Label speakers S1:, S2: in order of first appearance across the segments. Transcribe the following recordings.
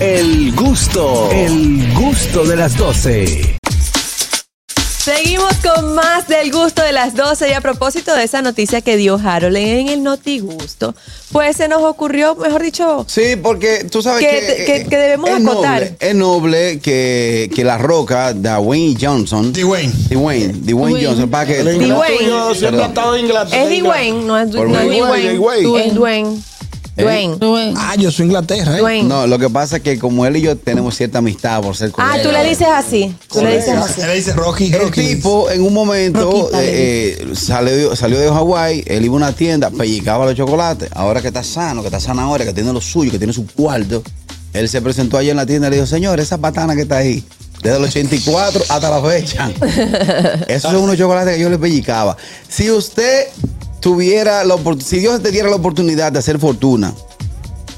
S1: El gusto, el gusto de las 12.
S2: Seguimos con más del gusto de las 12 y a propósito de esa noticia que dio Harold en el Notigusto, pues se nos ocurrió, mejor dicho,
S3: Sí, porque tú sabes
S2: Que-
S3: que, eh,
S2: que- que debemos
S3: es
S2: acotar.
S3: Noble, es noble que, que la roca de Wayne Johnson.
S4: Dwayne.
S3: Dwayne. Dwayne
S5: Dwayne.
S3: Johnson. Para que.
S4: El inglés
S2: Dwayne.
S4: tuyo siempre
S3: Perdón.
S4: ha estado de Inglaterra.
S2: es Dwayne, no es
S3: Por
S2: no es
S4: Dwayne,
S2: Dwayne,
S4: Dwayne.
S2: es Dwayne,
S3: ¿Eh?
S2: Dwayne,
S5: Rubén.
S4: Ah, yo soy Inglaterra, ¿eh?
S2: Dwayne.
S3: No, lo que pasa es que como él y yo tenemos cierta amistad por ser
S2: Ah,
S3: colegas.
S2: tú le dices así, tú le dices así.
S4: Se le dice Rocky.
S3: El
S4: Rocky.
S3: tipo en un momento
S5: Roquita, le
S3: eh, eh, salió, salió de Hawái, él iba a una tienda, pellicaba los chocolates. Ahora que está sano, que está sana ahora, que tiene lo suyo, que tiene su cuarto. Él se presentó allí en la tienda y le dijo, señor, esa patana que está ahí, desde el 84 hasta la fecha. Esos son unos chocolates que yo le pellicaba. Si usted tuviera la oportunidad, si Dios te diera la oportunidad de hacer fortuna,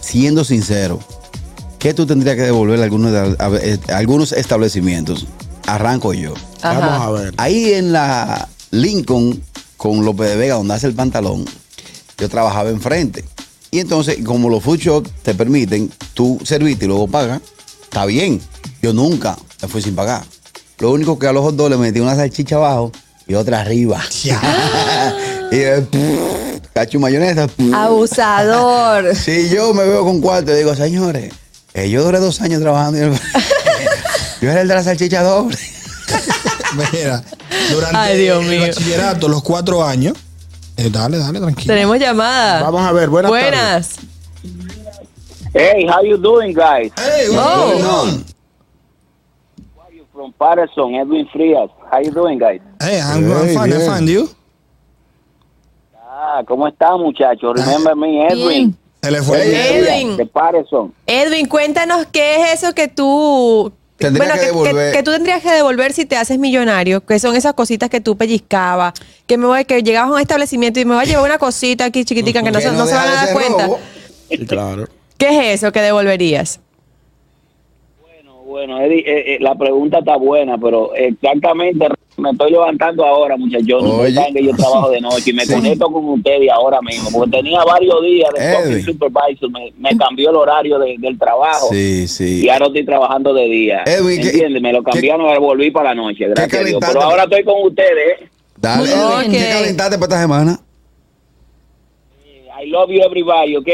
S3: siendo sincero, ¿qué tú tendrías que devolverle a algunos, de- a- eh, a algunos establecimientos? Arranco yo.
S2: Ajá.
S4: Vamos a ver.
S3: Ahí en la Lincoln con López de Vega, donde hace el pantalón, yo trabajaba enfrente. Y entonces, como los food shops te permiten, tú serviste y luego pagas, está bien. Yo nunca me fui sin pagar. Lo único que a los hot dogs le metí una salchicha abajo y otra arriba.
S4: Ya.
S3: y eh, pff, cacho y mayonesa. pff.
S2: Abusador.
S3: Si yo me veo con cuarto y digo, señores, eh, yo duré dos años trabajando. en el- yo era el de la salchicha doble.
S4: Mira, durante
S2: Ay, Dios
S4: el
S2: mío.
S4: bachillerato, los cuatro años. eh, dale, dale, tranquilo.
S2: Tenemos llamada.
S4: Vamos a ver, buenas
S2: Buenas.
S6: Hey, how you doing, guys?
S4: Hey, what's
S2: Oh.
S4: going on?
S6: You from Patterson, Edwin Frías. How you doing, guys?
S4: Hey, I'm, I'm
S7: Hey,
S4: fine, I'm
S7: bien.
S4: fine, you.
S6: Ah, ¿cómo están, muchachos? Remember me, Edwin.
S5: Bien.
S4: Se le fue.
S2: Bien.
S6: Frías,
S2: Edwin.
S6: De Patterson.
S2: Edwin, cuéntanos qué es eso que tú.
S3: Tendría que
S2: que,
S3: devolver.
S2: que tú tendrías que devolver si te haces millonario, que son esas cositas que tú pellizcabas, que me voy, que llegabas a un establecimiento y me voy a llevar una cosita aquí chiquitica que no, se-
S3: Que
S2: no se
S3: deja
S2: van a
S3: de
S2: dar
S3: ser
S2: cuenta.
S3: robo.
S7: Claro.
S2: ¿Qué es eso que devolverías?
S6: Bueno, bueno, Eddie, eh, eh, la pregunta está buena, pero exactamente me estoy levantando ahora, muchachos. No
S3: Oye.
S6: saben que yo trabajo de noche y me
S3: Sí.
S6: conecto con ustedes ahora mismo, porque tenía varios días de
S3: Edwin.
S6: Coffee supervisor, me, me cambió el horario de- del trabajo.
S3: Sí, sí.
S6: Y ahora estoy trabajando de día.
S3: Edwin, ¿qué-
S6: ¿Entiendes? Me lo
S3: qué-
S6: cambiaron, me volví para la noche. Gracias a Dios.
S3: calentante.
S6: Pero ahora estoy con ustedes. ¿eh?
S3: Dale,
S5: Muy
S3: Edwin,
S2: bien.
S3: ¿qué
S2: Ok.
S3: calentaste para esta semana?
S6: I love you everybody, ¿ok?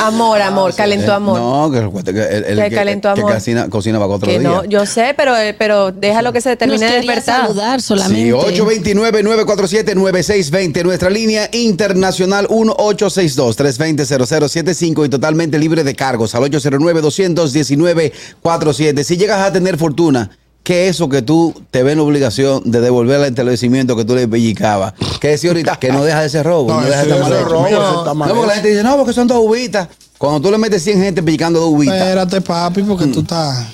S2: Amor, amor, calentó amor.
S3: Ah, eh, No, que recuerda que el, el
S2: Que
S3: que,
S2: calentó
S3: que
S2: amor.
S3: cocina, cocina para otro
S2: que
S3: día.
S2: no, yo sé, pero, eh, pero déjalo que se termine
S5: Nos
S2: de
S5: quería
S2: despertar.
S5: saludar
S3: Sí,
S5: solamente.
S3: 829-947-9620. Nuestra línea internacional 1862-320-0075 y totalmente libre de cargos al 809-219-47. Si llegas a tener fortuna, ¿qué es eso que tú te ven la obligación de devolver al establecimiento que tú le pellicabas? ¿Qué decía ahorita? Que no deja de ser robo. No,
S4: No,
S3: deja de
S4: eso
S3: estar mal
S4: es
S3: hecho.
S4: robo,
S3: Mira,
S4: eso está mal
S3: No, porque la
S4: hecho.
S3: gente dice, no, porque son dos uvitas. Cuando tú le metes 100 gente picando dos uvitas.
S4: Espérate, papi, porque tú estás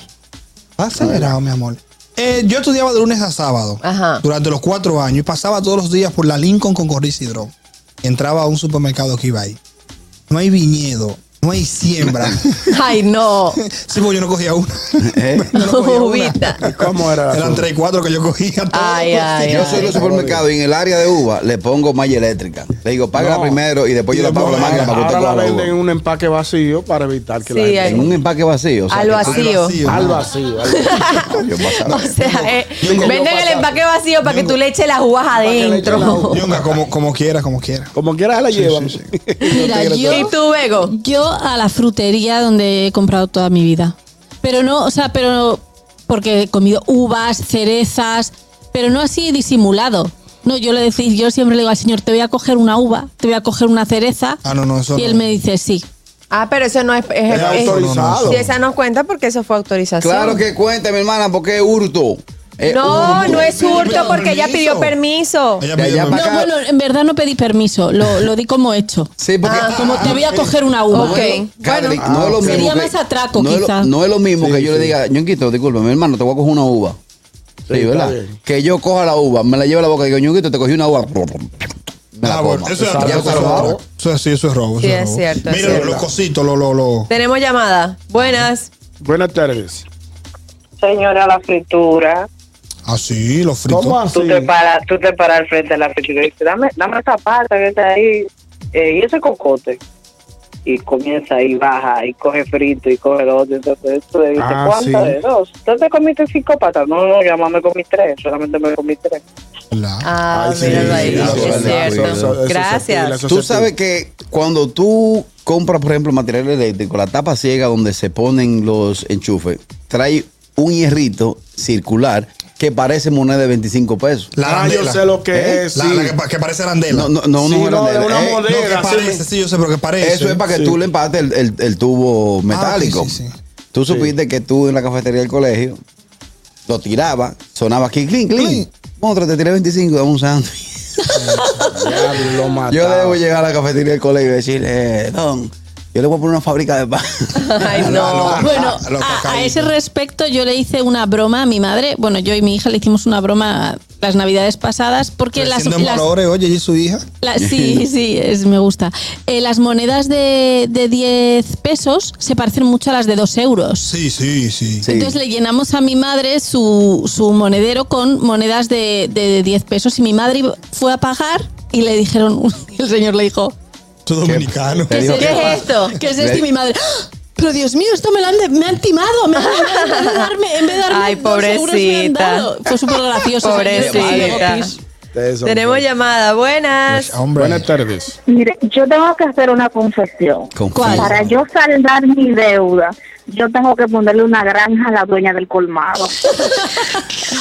S4: estás acelerado, mi amor. Eh, yo estudiaba de lunes a sábado
S2: Ajá.
S4: durante los cuatro años y pasaba todos los días por la Lincoln con Corriz y Drón. Entraba a un supermercado que iba ahí. No hay viñedo, no hay siembra.
S2: Ay, no.
S4: sí, porque yo no cogía una.
S3: ¿Eh?
S4: Yo no cogía una.
S2: Ubita.
S7: ¿Cómo era la
S4: Eran tres y cuatro que yo cogía. todos
S2: Ay,
S4: los
S2: ay,
S4: días.
S3: Yo soy del supermercado y en el área de uva le pongo malla eléctrica. Le digo, págala
S7: No.
S3: primero y después yo
S4: Y
S3: le pago la
S4: después-
S3: máquina para que usted
S7: Ahora
S3: coja
S7: la
S3: la uva.
S7: venden en un empaque vacío para evitar que la
S2: Sí,
S7: gente...
S3: En un empaque vacío. o sea,
S2: Al
S3: que-
S2: vacío.
S4: Al vacío.
S7: Al
S4: ¿no?
S7: vacío. al vacío.
S3: Yo pasaba.
S2: O sea, eh,
S4: Yo como-
S2: venden el empaque vacío para que tú le eches las uvas
S7: que le eche las
S2: adentro.
S7: uvas.
S4: Yunga, como, como quiera, como quiera.
S7: Como quieras la llevan.
S4: sí,
S5: Mira, yo,
S2: ¿Y tú, Bego?
S5: yo a la frutería donde he comprado toda mi vida. Pero no, o sea, pero no- porque he comido uvas, cerezas, pero no así disimulado. No, yo le decís, yo siempre le digo al señor, te voy a coger una uva, te voy a coger una cereza.
S4: Ah, no, no, eso
S5: y él
S4: no.
S5: me dice sí.
S2: Ah, pero eso no es. es-
S7: Es
S2: es-
S7: autorizado.
S2: Si esa no cuenta porque eso fue autorización.
S3: Claro que cuenta, mi hermana, porque es hurto. Eh, Es
S2: No,
S3: hurto.
S2: no es
S4: Pidió
S2: hurto porque ella pidió permiso.
S4: Ella
S3: De allá
S4: pidió
S3: para
S4: permiso.
S5: No,
S3: Acá-
S5: bueno, en verdad no pedí permiso, lo, lo di como hecho.
S3: Sí, Ah, porque.
S5: Como te voy a coger una uva.
S2: Ok.
S3: Catherine, no es lo mismo
S5: Ah. Sería
S3: que-
S5: más atraco,
S3: no es lo-
S5: quizá.
S3: no es lo mismo que
S7: Sí,
S3: yo le
S7: sí.
S3: diga, Ñonquito, disculpa, mi hermano, te voy a coger una uva. Sí,
S7: está
S3: ¿verdad?
S7: bien.
S3: Que yo coja la uva, me la lleve a la boca y digo, Ñonquito, te cogí una uva. Me la
S4: Ah, bueno,
S3: coma.
S4: eso es
S3: Ya
S4: atraco,
S3: está
S4: eso es
S3: robado.
S4: atraco. Eso es- sí, eso es robo. eso
S2: Sí,
S4: robo.
S2: es cierto, es
S4: Mira,
S2: cierto.
S4: los cositos, lo, lo, lo.
S2: Tenemos llamada. Buenas.
S7: Buenas tardes.
S8: Señora, la fritura.
S4: Así, Ah, los fritos.
S7: ¿Cómo así?
S8: Tú te paras, tú te paras al frente de la fritura y dices, dame, dame esa pata que está ahí eh, y ese cocote. y comienza y baja y coge frito y coge lo otro. Entonces tú le dices,
S7: Ah,
S8: ¿cuántas
S7: sí.
S8: de dos? ¿Tú te comiste cinco patas? No, no, yo más me comí tres, solamente me comí tres.
S4: Claro.
S2: Ah,
S7: Ay, sí,
S2: míralo ahí.
S3: eso es
S2: es
S3: verdad, eso-
S2: cierto.
S7: eso se pila,
S2: Gracias.
S7: eso-
S3: Tú
S7: Entonces,
S3: sabes que cuando tú compras, por ejemplo, material eléctrico, la tapa ciega donde se ponen los enchufes, trae un hierrito circular que parece moneda de 25 pesos.
S7: Ah, yo
S4: arandela.
S7: sé lo que
S4: ¿Eh?
S7: es,
S4: La,
S7: sí.
S4: la que, pa- que parece arandela.
S3: No, no, no,
S7: Sí,
S3: no,
S7: no, de
S3: grande,
S7: una
S3: eh,
S7: moneda.
S4: No, que
S7: Era, sí.
S4: parece, sí, yo sé, pero que parece.
S3: Eso es para que
S7: Sí.
S3: tú le empates el, el- el tubo metálico.
S4: Ah, sí, sí, sí.
S3: Tú supiste que tú en la cafetería del colegio lo tirabas, sonaba aquí, clink, clink.
S4: Clink.
S3: Monstruo, te tiré 25, dame un sándwich.
S7: Ya lo mataba.
S3: Yo debo llegar a la cafetería del colegio y decirle, eh, don, yo le voy a poner una fábrica de pan.
S2: Ay, no.
S5: Bueno,
S4: Lo que
S5: a, a
S4: caí.
S5: ese respecto yo le hice una broma a mi madre. Bueno, yo y mi hija le hicimos una broma las navidades pasadas porque las,
S4: Creciendo en
S5: las-
S4: valores, oye, y su hija.
S5: la- sí, sí, es, me gusta. Eh, las monedas de, de 10 pesos se parecen mucho a las de 2 euros.
S4: Sí, sí, sí.
S3: Sí.
S5: Entonces le llenamos a mi madre su, su monedero con monedas de, de 10 pesos y mi madre iba- fue a pagar y le dijeron, el señor le dijo,
S4: Tú dominicano.
S3: Te
S5: ¿qué es,
S3: digo,
S5: esto?
S2: ¿qué pasa?
S5: ¿Qué es esto?
S3: Le-
S5: Y mi madre, "¡Ah! pero Dios mío, esto me lo han, de- me han timado, me han timado, en vez de darme, en vez de darme
S2: Ay,
S5: dos euros me han
S2: pobrecita.
S5: dado". Fue súper gracioso.
S2: Pobrecita.
S7: Eso,
S2: Tenemos llamada. Buenas.
S4: Hombre.
S7: Buenas tardes.
S9: Mire, yo tengo que hacer una confesión.
S5: ¿Cuál?
S3: Confía.
S9: Para yo saldar mi deuda, yo tengo que ponerle una granja a la dueña del colmado.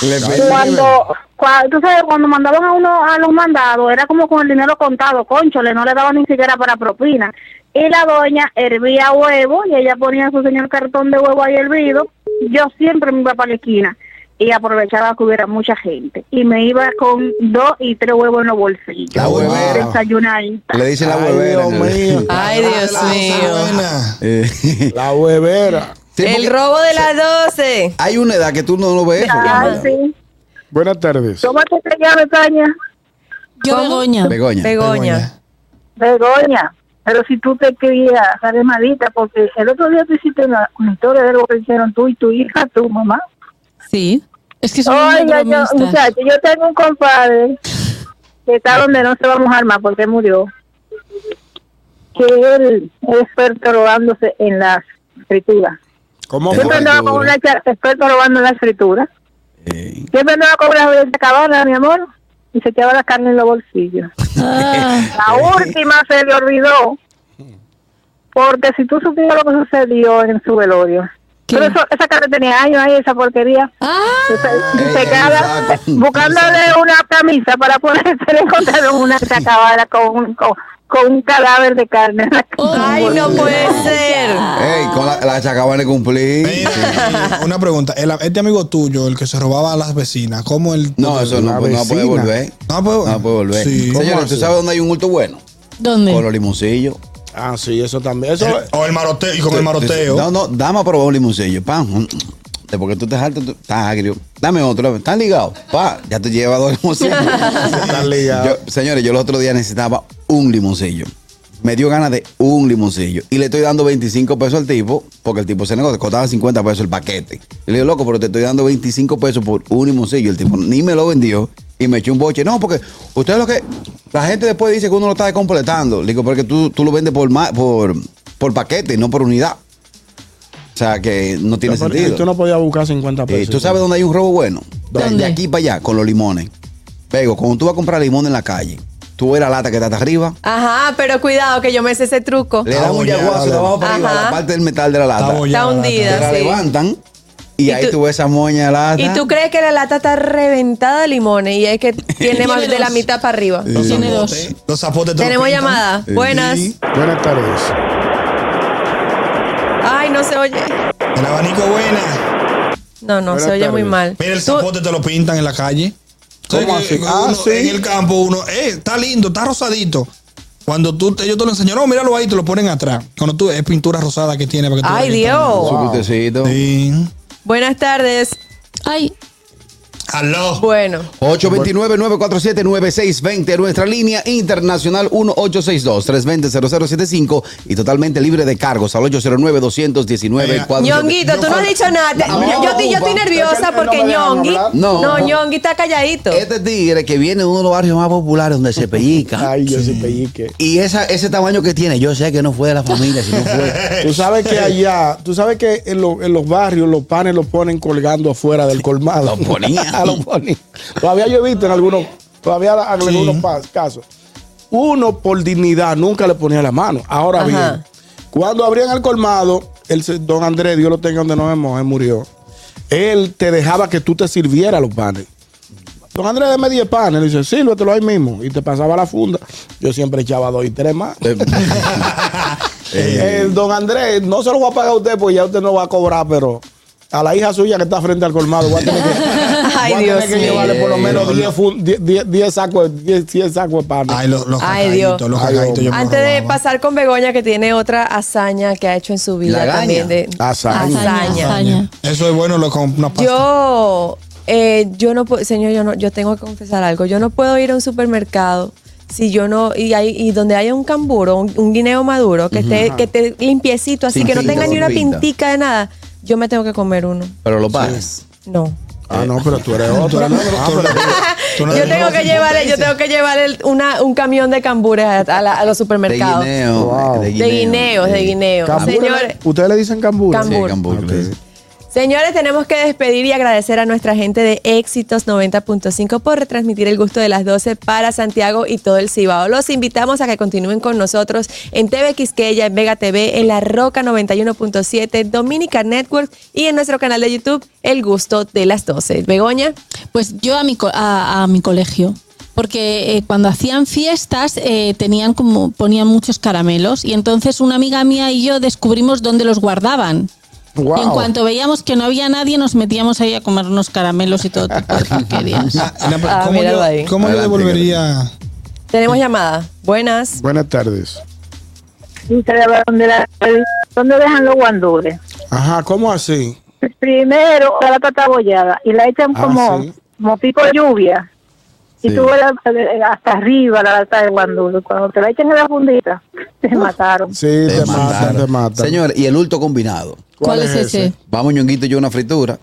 S3: Le pedí-
S9: Cuando, cua- tú sabes, cuando mandaban a uno a los mandados, era como con el dinero contado, conchole, no le daban ni siquiera para propina. Y la doña hervía huevo y ella ponía su señor cartón de huevo ahí hervido. Yo siempre me iba para la esquina y aprovechaba que hubiera mucha gente. Y me iba con dos y tres huevos en los bolsillos.
S4: Ah,
S3: La huevera.
S9: Desayunadita.
S3: Le dice la
S7: Ay,
S3: huevera.
S7: Dios mío.
S2: Ay, Dios mío.
S4: Buena.
S3: Eh, sí,
S7: La huevera.
S3: porque
S2: El robo de las 12.
S3: Hay una edad que tú no lo ves.
S9: Ah,
S3: porque-
S9: sí.
S7: Buenas tardes.
S9: Tómate esta llave, Caña.
S5: Yo, Begoña.
S3: Begoña.
S2: Begoña.
S9: Begoña, pero si tú te querías sales malita, porque el otro día tú hiciste una, una historia de lo que hicieron tú y tu hija, tu mamá.
S5: Sí. Es que son muy
S9: Oiga, yo,
S5: bromistas.
S9: muchacho, yo tengo un compadre que está donde no se va a mojar más porque murió. Que él es experto robándose en las frituras.
S7: ¿Cómo
S3: Yo
S7: fue?
S9: Siempre andaba con una cha- experto robando en las frituras.
S3: Eh,
S9: Siempre andaba con una de cabana, mi amor, y se quedaba la carne en los bolsillos.
S5: Ah,
S9: La última se le olvidó. Porque si tú supieras lo que sucedió en su velorio.
S5: ¿Qué?
S9: Pero eso- esa carne tenía años ahí, esa porquería.
S5: ah,
S3: ey,
S9: Secada,
S3: exacto.
S9: buscándole una camisa para ponerse, le encontraron una sacabala con, un- con, con un cadáver de carne.
S5: Oh.
S2: Ay, no puede ser.
S3: Ey, con la, la chacaban de cumplir.
S4: Mira, Una pregunta. El- este amigo tuyo, el que se robaba a las vecinas, ¿cómo él?
S3: No, eso no,
S7: La
S3: pues, no puede
S7: vecina.
S3: volver.
S4: No puede-
S3: No puede volver.
S4: Sí. ¿Cómo
S3: Señores, ¿tú
S4: así?
S3: sabes dónde hay un hurto bueno? Con los
S5: ¿dónde?
S3: limoncillos.
S7: Ah, sí, eso también. Eso,
S4: El- o el maroteo, y con el
S3: No,
S4: maroteo.
S3: no, dame a probar un limoncillo. Pan. De porque tú te jaltas, tú- estás agrio. Dame otro. Están ligados. Pa, ya te llevas dos limoncillos.
S7: Están ligados.
S3: Yo- señores, yo el otro día necesitaba un limoncillo. Me dio ganas de un limoncillo. Y le estoy dando 25 pesos al tipo, porque el tipo se negocia, costaba 50 pesos el paquete. Y le digo, loco, pero te estoy dando 25 pesos por un limoncillo. El tipo ni me lo vendió y me echó un boche. No, porque usted lo que. La gente después dice que uno lo está completando. Le digo, porque tú, tú lo vendes por, ma- por, por paquete, no por unidad. O sea, que no tiene
S7: pero
S3: sentido.
S7: Tú no podías buscar 50 pesos.
S3: Eh, ¿Tú sabes dónde hay un robo bueno? De-
S5: ¿Dónde?
S3: De aquí para allá, con los limones. Pego, cuando tú vas a comprar limón en la calle, tú ves la lata que está hasta arriba,
S2: Ajá, pero cuidado que yo me sé ese truco.
S3: le das un
S4: bollada,
S3: yaguazo de
S4: la-
S3: abajo para arriba,
S2: Ajá.
S3: la parte del metal de la lata.
S4: bollada.
S2: Está
S3: Te
S2: hundida,
S3: la
S2: sí.
S3: levantan y,
S2: Y
S3: ahí
S2: tú-
S3: tú ves esa moña de lata.
S2: Y tú crees que la lata está reventada de limones y es que tiene más de la
S5: dos.
S2: mitad para arriba.
S5: Tiene dos.
S4: Los zapotes te lo
S2: Tenemos
S4: pintan.
S2: llamada.
S3: Sí.
S2: Buenas.
S7: Buenas tardes.
S2: Ay, no se oye.
S4: El abanico buena.
S2: No, no,
S7: Buenas
S2: se oye muy
S7: tardes.
S2: mal.
S4: Mira, el
S2: Tú-
S4: zapote te lo pintan en la calle.
S7: ¿Cómo
S4: Sí, que
S7: así? Ah,
S4: uno
S7: sí.
S4: En el campo uno, eh, está lindo, está rosadito. Cuando tú, ellos te lo enseñaron, "Oh, míralo ahí, te lo ponen atrás. Cuando tú, es pintura rosada que tiene. Para que tú
S2: Ay,
S4: veas que está
S2: Dios.
S3: Su cutecito.
S4: lindo. Sí.
S2: Buenas tardes.
S5: Ay,
S4: Aló.
S2: Bueno,
S3: 829-947-9620, nuestra línea internacional 1862-320-0075 y totalmente libre de cargos al 809-219-4.
S2: Ñonguito, tú no has dicho nada. Te-
S3: No,
S2: yo, estoy- yo estoy
S3: va.
S7: Es que
S2: nerviosa
S7: él no
S2: porque
S7: me deja
S2: Ñongui.
S7: hablar.
S3: No.
S2: No, Ñongui está calladito.
S3: Este tigre que viene de uno de los barrios más populares donde se pellica.
S7: Ay, yo sí pellique.
S3: Y esa, ese tamaño que tiene, yo sé que no fue de la familia, sino fue.
S7: Tú sabes que allá, tú sabes que en, lo- en los barrios los panes los ponen colgando afuera del colmado.
S3: Los ponían.
S7: Ah, los ponían. Todavía yo he visto en algunos, todavía en algunos pas- casos. Uno por dignidad nunca le ponía la mano. Ahora
S2: Ajá.
S7: bien, cuando abrían el colmado, el se- don Andrés, Dios lo tenga donde no vemos, él murió. Él te dejaba que tú te sirvieras los panes. Don Andrés, deme 10 panes. Le dice, sírvetelo ahí mismo. Y te pasaba la funda. Yo siempre echaba dos y tres más.
S3: Eh,
S7: El don Andrés, no se lo voy a pagar a usted porque ya usted no va a cobrar, pero a la hija suya que está frente al colmado, voy a tener que,
S2: Ay,
S7: voy a
S2: Dios
S7: tener que
S2: mío.
S7: llevarle por lo menos 10 fun- 10 10 10 sacos, 10 10 sacos de pan.
S4: Ay, los, los
S2: Ay,
S4: cacaitos,
S2: Dios.
S4: los
S7: Ay,
S4: cacaitos
S7: Dios.
S4: yo me
S2: Antes de
S4: robaba.
S2: pasar con Begoña, que tiene otra hazaña que ha hecho en su vida
S3: Lagaña.
S2: también. De,
S7: Hazaña.
S2: Hazaña.
S5: Hazaña.
S4: Eso es bueno, lo con una pasta.
S2: Yo, eh, yo no puedo, señor, yo no, yo tengo que confesar algo. Yo no puedo ir a un supermercado si yo no, y hay, y donde haya un camburo, un, un guineo maduro, que esté, que esté limpiecito, así
S3: Sin
S2: que no
S3: pinta,
S2: tenga ni
S3: sin
S2: una
S3: pinta.
S2: pintica de nada, yo me tengo que comer uno.
S3: Pero lo pagas.
S2: No.
S7: Ah, no, pero tú eres
S4: Tú
S7: otro.
S4: eres- tú eres- tú eres-
S2: yo tengo que llevar, yo tengo que llevar el- una, un camión de cambures a, a la- a los
S3: De
S2: supermercados.
S3: guineo.
S7: Wow.
S2: De guineos, de guineos.
S7: Cambure,
S2: Señores.
S7: ¿Ustedes le dicen cambur?
S3: Sí,
S2: Cambur.
S3: cambur,
S7: Ok.
S3: sí.
S2: Señores, tenemos que despedir y agradecer a nuestra gente de Éxitos 90.5 por retransmitir el gusto de las 12 para Santiago y todo el Cibao. Los invitamos a que continúen con nosotros en TV Quisqueya, en Vega TV, en La Roca 91.7, Dominica Network y en nuestro canal de YouTube, El Gusto de las 12. Begoña,
S5: Pues yo a mi, co- a, a mi colegio. Porque eh, cuando hacían fiestas eh, tenían como ponían muchos caramelos y entonces una amiga mía y yo descubrimos dónde los guardaban.
S7: Wow.
S5: Y en cuanto veíamos que no había nadie nos metíamos ahí a comer unos caramelos y todo tipo de porquerías.
S4: Ana, pero
S2: Ah,
S4: ¿Cómo,
S2: míralo
S4: yo,
S2: ahí.
S4: ¿cómo yo
S3: Adelante,
S4: devolvería?
S2: tenemos llamada. Buenas.
S7: Buenas tardes.
S9: Ustedes van donde la- ¿Dónde dejan los guandules?
S7: Ajá, ¿cómo así?
S9: Primero la pata bollada y la echan
S7: Ah,
S9: como,
S7: sí.
S9: como pico de lluvia. Y
S3: Sí.
S9: tú la- hasta arriba la lata de guandule. Cuando te la echan en la fundita, te mataron.
S7: Ah, Sí,
S3: Te
S7: te, matan,
S3: mataron.
S7: te matan.
S3: Señor, y el hurto combinado.
S5: ¿Cuál, es ese?
S3: Vamos, ñonguito, y yo a una fritura.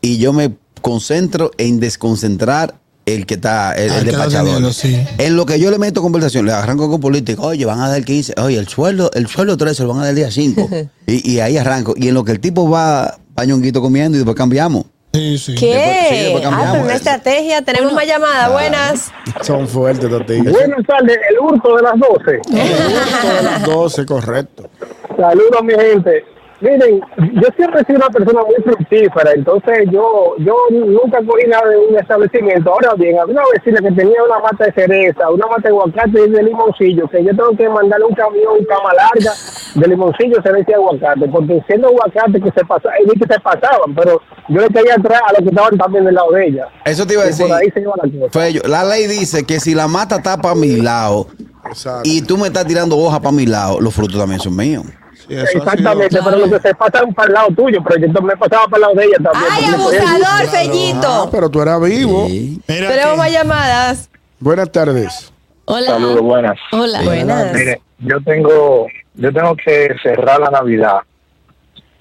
S3: Y yo me concentro en desconcentrar el que está, el,
S4: Al
S3: el
S4: Ah, que está
S3: despachador.
S4: atendiendo, sí.
S3: En lo que yo le meto conversación, le arranco con político, oye, van a dar 15, oye, el sueldo, el sueldo 13 lo van a dar el día 5. y, y ahí arranco. Y en lo que el tipo va, va ñonguito comiendo y después cambiamos.
S4: Sí, sí.
S3: Después- sí, después
S2: ¿Qué?
S3: cambiamos
S2: ah, pero una
S3: eso.
S2: estrategia. Tenemos una llamada. Buenas.
S7: Son fuertes, los tigres.
S8: Buenas tardes, el hurto de las 12.
S7: Punto de las 12, correcto.
S8: Saludos, mi gente. Miren, yo siempre he sido una persona muy fructífera, entonces yo yo nunca cogí nada de un establecimiento. Ahora bien, había una vecina que tenía una mata de cereza, una mata de aguacate y de limoncillo, que yo tengo que mandarle un camión, cama larga, de limoncillo, cereza y aguacate, porque siendo aguacate que se pasaba, que se pasaban, pero yo le caía atrás a los que estaban también del lado de ella.
S3: Eso te iba a
S8: Y
S3: decir.
S8: por ahí se iba la cosa.
S3: Fello, la ley dice que si la mata está para mi lado
S7: Exacto.
S3: y tú me estás tirando hojas para mi lado, los frutos también son míos.
S7: Sí, eso ha sido- Ah,
S8: Exactamente, pero los que se pasan para el lado tuyo, pero yo me pasaba para el lado de ella también.
S2: ¡Ay,
S8: porque-
S2: abusador,
S7: Ah,
S2: Fellito!
S7: pero tú eras vivo.
S3: Sí.
S4: Mira
S2: Tenemos
S4: que-
S2: más llamadas.
S7: Buenas tardes.
S5: Hola.
S10: Saludos, buenas.
S5: Hola.
S2: Buenas.
S10: Mire, yo tengo, yo tengo que cerrar la Navidad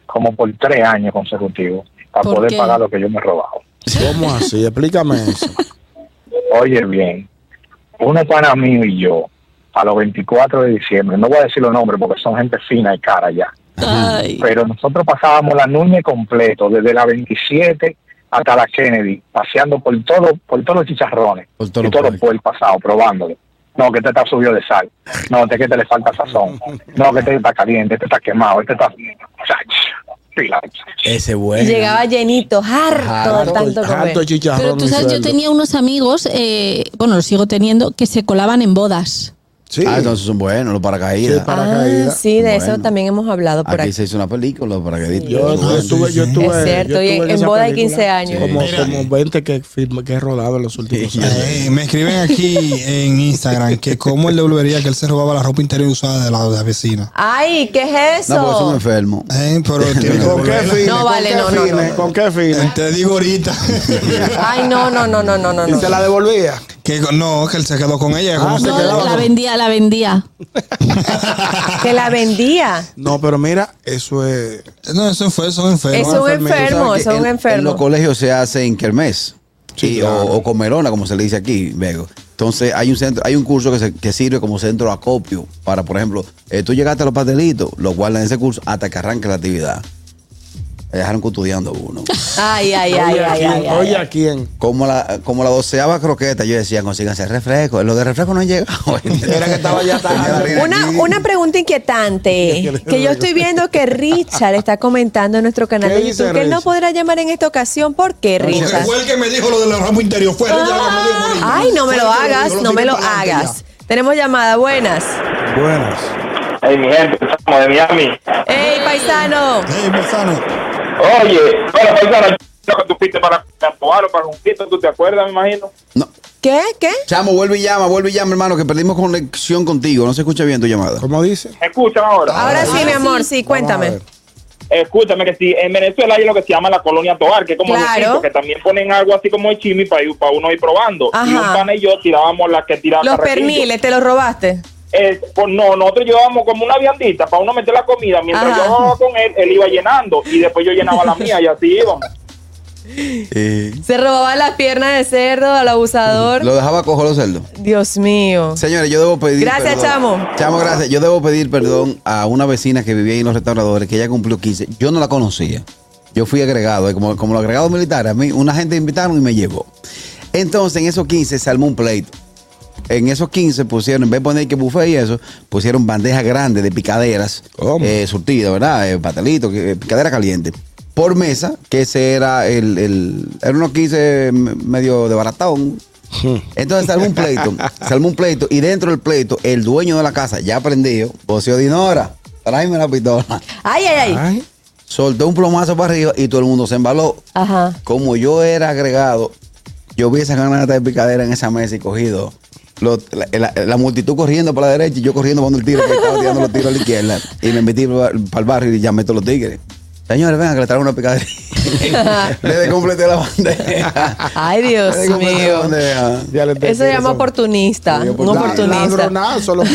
S10: como por tres años consecutivos para
S5: ¿Por
S10: poder
S5: qué?
S10: pagar lo que yo me he robado.
S7: ¿Cómo así? Explícame eso.
S10: Oye bien, una pana mío y yo, a los 24 de diciembre, no voy a decir los nombres porque son gente fina y cara ya,
S5: Ay.
S10: pero nosotros pasábamos la Núñez completo, desde la 27 hasta la Kennedy, paseando por todo, por todos los chicharrones,
S3: Por todos
S10: y
S3: los
S10: todo el pueblo pasado, probándolo. No, que este está subido de sal. No, que este le falta sazón. No, que este está caliente, este está quemado, este está... Chach, pila.
S3: Ese bueno.
S2: Llegaba llenito, harto de tanto comer.
S7: Harto chicharrón.
S5: Pero tú
S7: y
S5: sabes, yo
S7: sueldo.
S5: tenía unos amigos, eh, bueno, los sigo teniendo, que se colaban en bodas.
S3: Sí. Ah, entonces son buenos los paracaídas.
S7: Sí, paracaídas.
S2: Ah, sí, de eso
S3: Bueno.
S2: también hemos hablado por
S3: Aquí
S2: aquí.
S3: se hizo una película de paracaidistas.
S7: Yo,
S3: Bueno.
S7: yo estuve, yo estuve,
S2: Es cierto,
S7: yo
S2: y
S7: estuve
S2: en
S7: esa
S2: boda de
S7: película.
S2: 15 años.
S7: Como,
S4: Mira.
S7: como 20 que, firma- que he rodado en los últimos años.
S4: Eh, me escriben aquí en Instagram que cómo él devolvería que él se robaba la ropa interior usada de la, de la vecina.
S2: Ay, ¿qué es
S3: No, porque son
S2: eso?
S3: enfermos.
S4: Eh, pero tiene que
S7: ¿Con qué
S4: devolverla.
S7: fines?
S2: No, vale,
S7: ¿Con
S2: no,
S7: qué
S2: no,
S7: fines?
S2: no.
S7: ¿Con qué fines?
S4: Te digo ahorita
S2: Ay, no, no, no, no, no, no.
S7: ¿Y
S2: no.
S7: se la devolvía?
S4: que no, que él se quedó con ella. como
S7: Ah,
S4: se
S7: se
S5: No,
S7: quedaba
S5: la
S7: con-
S5: vendía, la vendía.
S2: Que la vendía.
S7: No, pero mira, eso es.
S4: No, eso fue, son enfermos.
S2: Es un enfermo,
S3: ¿Sabes
S2: es
S3: que
S2: un
S3: en- En los
S2: enfermo.
S3: colegios se hace en kermés.
S7: Sí,
S3: Y-
S7: claro.
S3: o, o comerona, como se le dice aquí, Vego. Entonces, hay un centro, hay un curso que, se- que sirve como centro de acopio para, por ejemplo, eh, tú llegaste a los pastelitos, los guardan en ese curso hasta que arranque la actividad. Me dejaron custodiando uno.
S2: Ay, ay, ay,
S7: Oye, ¿a
S2: ay, ay,
S7: quién?
S2: ay.
S7: Oye, ¿a quién?
S3: Como la, como la doceava croqueta, yo decía, consíganse refresco. Los de refresco no han llegado.
S7: Era que estaba ya tarde.
S2: Una, una pregunta inquietante que yo estoy viendo que Richard está comentando en nuestro canal
S7: ¿Qué
S2: de
S7: dice
S2: YouTube que él no
S7: Richard?
S2: podrá llamar en esta ocasión. ¿Por qué,
S4: Porque
S2: Richard?
S4: fue el que me dijo lo del ramo interior. Fue ella la que me dijo, Molina.
S2: Ay, no me
S4: Fue
S2: lo
S4: el que
S2: hagas,
S4: dijo,
S2: no me
S4: tiré
S2: lo
S4: para adelante
S2: hagas.
S4: ya.
S2: Tenemos llamada, buenas.
S7: Buenas.
S10: Hey, mi gente, estamos de Miami.
S2: ¡Ey, paisano!
S4: Ey, Manzano.
S10: Oye, hola, paisano, lo que tú fuiste para Campoaro, para Junquito, ¿tú te acuerdas, me imagino?
S3: No.
S2: ¿Qué? ¿Qué?
S3: Chamo, vuelve y llama, vuelve y llama, hermano, que perdimos conexión contigo. No se escucha bien tu llamada.
S7: ¿Cómo dice?
S10: ¿Me escuchan ahora?
S2: Ahora sí, mi amor, sí,
S7: Vamos a
S2: cuéntame.
S7: ver.
S10: Escúchame que si en Venezuela hay lo que se llama la colonia Tobar, que es como
S2: Claro.
S10: los chicos que también ponen algo así como el chimi para, ir- para uno ir probando. Y un
S2: Ajá.
S10: pana y yo tirábamos las que tiraban
S2: Los
S10: carretillo.
S2: perniles, ¿te los robaste?
S10: Eh, pues no, nosotros llevábamos como una viandita para uno meter la comida. Mientras
S2: Ajá.
S10: yo jugaba con él, él iba llenando y después yo llenaba la mía y así íbamos.
S3: Eh,
S2: Se robaba las piernas de cerdo al abusador.
S3: lo dejaba cojo los cerdos.
S2: Dios mío.
S3: Señores, yo debo pedir.
S2: Gracias,
S3: perdón.
S2: chamo.
S3: Chamo, gracias. Yo debo pedir perdón a una vecina que vivía ahí en los restauradores, que ya cumplió 15. Yo no la conocía. Yo fui agregado, eh, como, como los agregados militares. A mí, una gente invitaron y me llevó. Entonces, en esos 15 se armó un pleito. En esos 15 pusieron, en vez de poner que buffet y eso, pusieron bandejas grandes de picaderas
S7: ¿Cómo?
S3: eh, surtidas, ¿verdad? Eh, pastelitos, que- eh, picadera caliente. Por mesa, que ese era el. el eran unos 15 medio de baratón, entonces salvo un pleito, salvo un pleito y dentro del pleito el dueño de la casa ya aprendido, voció Dinora, tráeme la pistola.
S2: Ay, ay, ay.
S7: Ay,
S3: Soltó un plomazo para arriba y todo el mundo se embaló.
S2: Ajá.
S3: Como yo era agregado, yo vi esa granada de picadera en esa mesa y cogido. Lo- la, la- la multitud corriendo para la derecha y yo corriendo cuando el tiro que estaba tirando los tiros a la izquierda. Y me metí para el barrio y ya meto los tigres. Señores, vengan que le traigo una picadera. le descompleté la bandeja.
S2: Ay, Dios
S3: Le descompleté la
S2: mío.
S3: bandeja.
S7: ya le entendí
S2: Eso se llama oportunista.
S3: Sí,
S2: Un
S3: oportunista.
S2: oportunista.
S7: Ladronazo lo que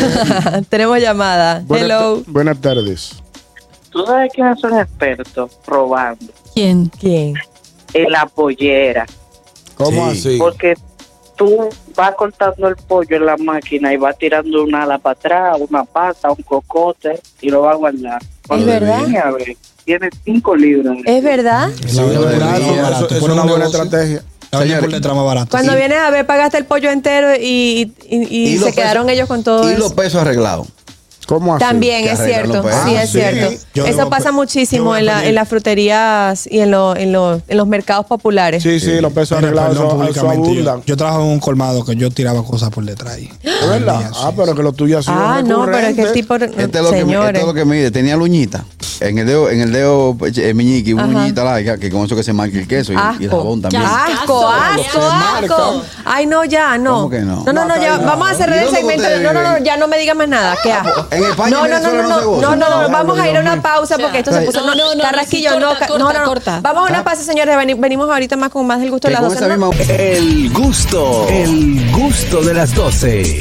S7: es.
S2: Tenemos llamada.
S7: Buenas
S2: Hello.
S7: ta- Buenas tardes.
S11: ¿Tú sabes quiénes son expertos robando?
S5: ¿Quién?
S2: ¿Quién?
S11: En la pollera.
S7: ¿Cómo
S3: Sí.
S7: así?
S11: Porque tú vas cortando el pollo en la máquina y vas tirando una ala para atrás, una pata, un cocote y lo vas a guardar. Cuando
S2: verdad.
S11: viene a ver, tiene cinco libras.
S2: ¿Es verdad?
S4: La venden por
S7: Claro,
S4: detrás más barato.
S7: eso, eso es
S4: Ponen
S7: una
S4: un
S7: buena
S4: negocio,
S7: estrategia.
S4: La venden por
S3: Señores,
S4: detrás más barato.
S2: Cuando
S4: Sí.
S2: vienes a ver, pagaste el pollo entero y, y- y- y
S3: los
S2: se quedaron
S3: pesos-
S2: ellos con todo
S3: Y
S2: eso.
S3: los pesos arreglados.
S7: ¿Cómo
S3: Ah,
S7: así?
S2: También
S3: que
S2: es
S3: arreglan
S2: cierto,
S3: los
S2: sí
S3: pesos.
S2: es
S4: Ah, sí.
S2: cierto.
S4: Yo
S2: Eso
S4: debo-
S3: pues,
S2: pasa
S4: yo
S2: muchísimo
S4: voy a
S2: en, la-
S4: pedir-
S2: en las fruterías y en, lo- en, lo- en los mercados populares.
S7: Sí, sí, los pesos
S4: Mira,
S7: arreglados
S4: perdón,
S7: eso- eso
S4: públicamente, yo-
S7: abundan.
S4: Yo, trabajaba en un colmado que yo tiraba cosas por detrás. ahí.
S7: ¿Es verdad?
S4: Vendía,
S7: Ah,
S4: sí,
S7: pero que lo tuyo ha sido
S2: ah, no, pero es
S7: recurrente.
S2: que el tipo.
S3: Este es, lo que, este
S2: señores.
S3: es lo que mide. Tenía luñita. En el dedo, en el dedo eh, meñique, una
S2: Ajá.
S3: uñita larga, que con eso que se marca el queso y, y el
S2: Asco.
S3: jabón también. Este
S5: Ya.
S2: Asco, asco,
S7: marca.
S2: asco. Ay, no, ya, no.
S3: ¿Cómo que no?
S2: No, no, no, ya,
S7: Mata,
S2: vamos a
S7: no.
S2: cerrar
S3: ¿Y
S2: el
S3: dónde
S2: segmento.
S3: ustedes
S2: No, no, no,
S3: viven?
S2: ya no me digas más nada. ¿Qué asco.
S3: Ah, En España y
S2: No, no, no,
S3: Venezuela
S2: no,
S3: no se
S2: no,
S3: goza.
S2: no, no,
S7: Claro,
S2: vamos a ir a
S7: Dios
S2: una
S7: mío.
S2: pausa porque esto se puso.
S5: No, no, no,
S2: Carrasquillo,
S5: sí,
S2: no,
S5: corta,
S2: ca- no, no, no.
S5: corta, Ah. corta.
S2: Vamos a una pausa, señores. veni- Venimos ahorita más con más del gusto de
S3: Que
S2: las
S3: con esa
S2: 12.
S3: misma-
S1: El gusto, el gusto de las 12.